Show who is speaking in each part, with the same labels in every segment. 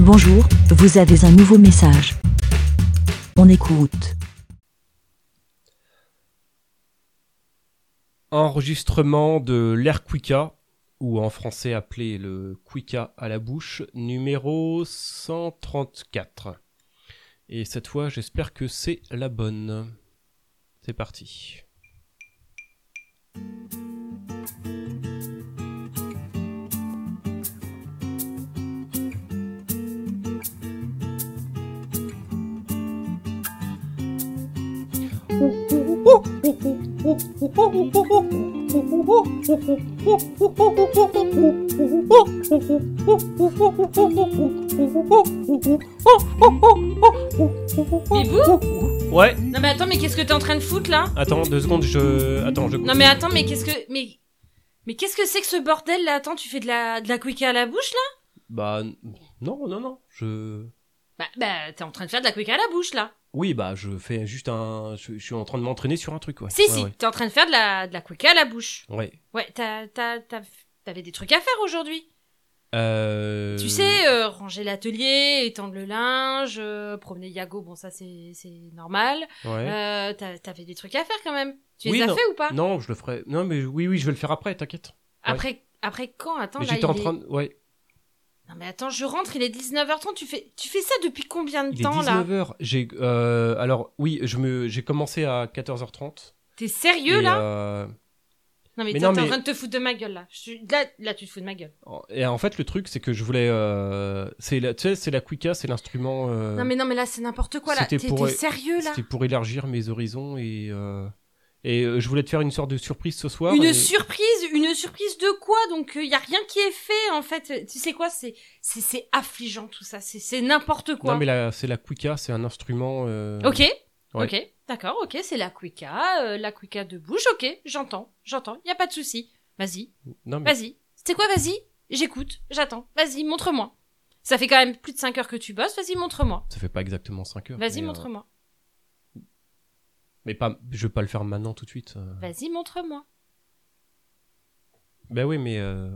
Speaker 1: Bonjour, vous avez un nouveau message. On écoute.
Speaker 2: Enregistrement de l'air Quica, ou en français appelé le Quica à la bouche, numéro 134. Et cette fois, j'espère que c'est la bonne. C'est parti.
Speaker 3: Bibou
Speaker 2: Ouais,
Speaker 3: Non mais attends, mais qu'est-ce que t'es en train de foutre là
Speaker 2: attends deux secondes, je. Attends, je.
Speaker 3: Non mais attends, mais qu'est-ce que... Mais, mais qu'est-ce que c'est que ce bordel là Attends, tu fais de la, de la cuica à la bouche là
Speaker 2: Bah, n- non, non, non, je.
Speaker 3: Bah, bah t'es en train de faire de la cuica à la bouche là
Speaker 2: Oui, bah, je fais juste un. Je, je suis en train de m'entraîner sur un truc, ouais.
Speaker 3: Si,
Speaker 2: Ouais,
Speaker 3: si,
Speaker 2: ouais.
Speaker 3: t'es en train de faire de la, de la cuica à la bouche.
Speaker 2: Ouais.
Speaker 3: Ouais, t'as- t'as- t'as- t'avais des trucs à faire aujourd'hui.
Speaker 2: Euh...
Speaker 3: Tu sais, euh, ranger l'atelier, étendre le linge, euh, promener Yago, bon ça c'est c'est normal.
Speaker 2: Ouais.
Speaker 3: Euh, t'as- t'avais des trucs à faire quand même. Tu les
Speaker 2: Oui,
Speaker 3: as fait ou pas
Speaker 2: Non, je le ferai. Non, mais oui, oui, je vais le faire après, t'inquiète.
Speaker 3: Après, après quand Attends,
Speaker 2: Mais
Speaker 3: là,
Speaker 2: j'étais en
Speaker 3: il est-
Speaker 2: train de. Ouais.
Speaker 3: Non mais attends, je rentre, il est 19h30, tu fais, tu fais ça depuis combien de
Speaker 2: Il est
Speaker 3: temps là
Speaker 2: 19h. J'ai euh, alors oui, je me j'ai commencé à 14h30.
Speaker 3: T'es sérieux
Speaker 2: et,
Speaker 3: là
Speaker 2: euh,
Speaker 3: Non mais,
Speaker 2: mais
Speaker 3: t'es
Speaker 2: non,
Speaker 3: t'es en
Speaker 2: mais-
Speaker 3: train de te foutre de ma gueule là. Je suis- Là, là tu te fous de ma gueule.
Speaker 2: en- et en fait le truc c'est que je voulais euh, c'est la tu sais c'est la cuica, c'est l'instrument euh,
Speaker 3: Non mais non mais là c'est n'importe quoi là.
Speaker 2: c'était
Speaker 3: T'es
Speaker 2: pour- euh,
Speaker 3: t'es sérieux là
Speaker 2: c'était pour élargir mes horizons et euh, et euh, je voulais te faire une sorte de surprise ce soir.
Speaker 3: Une
Speaker 2: et-
Speaker 3: surprise, une surprise de quoi Donc il y a rien qui est fait en fait. Tu sais quoi C'est c'est c'est affligeant tout ça. C'est c'est n'importe quoi.
Speaker 2: Non mais la- c'est la cuica, c'est un instrument euh,
Speaker 3: Ok. Ok. D'accord. Ok. C'est la cuica, euh, la cuica de bouche. Ok. J'entends. J'entends. Y a pas de souci. Vas-y.
Speaker 2: Non mais
Speaker 3: Vas-y. C'est quoi Vas-y. J'écoute. J'attends. Vas-y. Montre-moi. Ça fait quand même plus de 5 heures que tu bosses. Vas-y. Montre-moi.
Speaker 2: ça fait pas exactement 5 heures.
Speaker 3: Vas-y.
Speaker 2: mais, euh,
Speaker 3: Montre-moi.
Speaker 2: mais pas je vais pas le faire maintenant tout de suite. euh.
Speaker 3: Vas-y. Montre-moi.
Speaker 2: Ben oui, mais euh,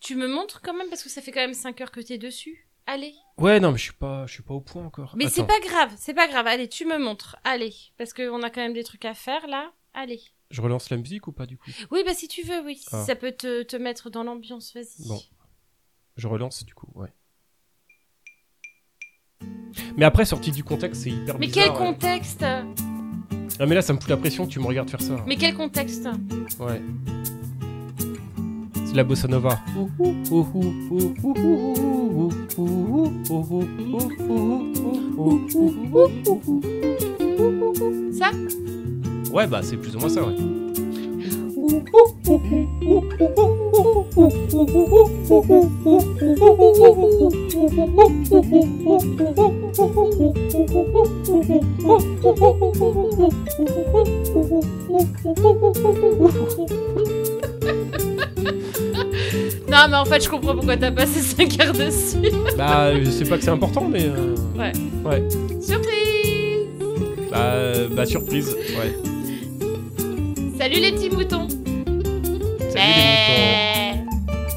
Speaker 3: Tu me montres quand même parce que ça fait quand même 5 heures que t'es dessus. Allez.
Speaker 2: Ouais, non, mais je suis pas je suis pas au point encore.
Speaker 3: Mais c'est
Speaker 2: Attends.
Speaker 3: pas grave, c'est pas grave. Allez, tu me montres. Allez, parce qu'on a quand même des trucs à faire là. Allez.
Speaker 2: Je relance la musique ou pas du coup
Speaker 3: Oui, bah si tu veux, oui. Si
Speaker 2: Ah.
Speaker 3: Ça peut te, te mettre dans l'ambiance, vas-y.
Speaker 2: Bon. Je relance du coup, ouais. Mais après, sorti du contexte, c'est hyper
Speaker 3: Mais quel
Speaker 2: bizarre. ouais.
Speaker 3: contexte
Speaker 2: Non mais là, ça me fout la pression, tu me regardes faire ça.
Speaker 3: Mais quel contexte
Speaker 2: Ouais. C'est la bossa nova. Oh,
Speaker 3: Ça
Speaker 2: Ouais, bah c'est plus ou moins ça, ouais.
Speaker 3: Non, mais en fait, je comprends pourquoi t'as passé 5 heures dessus.
Speaker 2: Bah, je sais pas que c'est important, mais... euh,
Speaker 3: Ouais.
Speaker 2: Ouais.
Speaker 3: Surprise
Speaker 2: Bah, euh, bah surprise, ouais.
Speaker 3: Salut les petits moutons Eh.
Speaker 2: Salut les moutons.